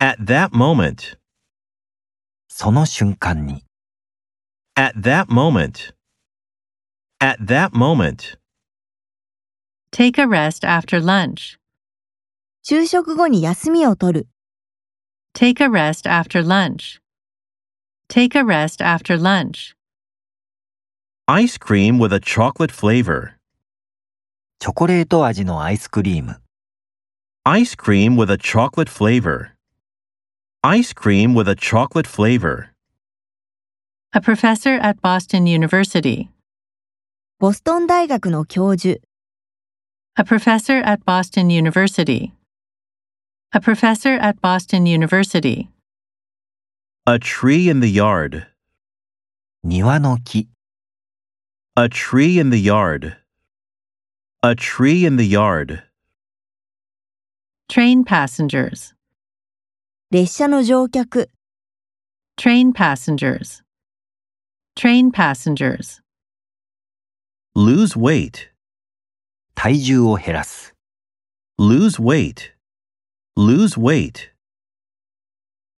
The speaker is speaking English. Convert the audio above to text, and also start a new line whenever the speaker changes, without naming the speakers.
At that moment.
その瞬間に、
At that moment. At that moment.
Take a rest after lunch.
昼食後に休みを取る。
Take a rest after lunch. Take a rest after lunch.
Ice cream with a chocolate flavor.
チョコレート味のアイスクリーム、
Ice cream with a chocolate flavor. Ice cream with a chocolate flavor.
A professor at Boston University.
ボストン大学の教授。
A professor at Boston University. A professor at Boston University.
A tree in the yard.
庭の木、
A tree in the yard. A tree in the yard.
Train passengers.
列車の乗客。
Train passengers. Train passengers.
Lose weight.
体重を減らす。
Lose weight. Lose weight.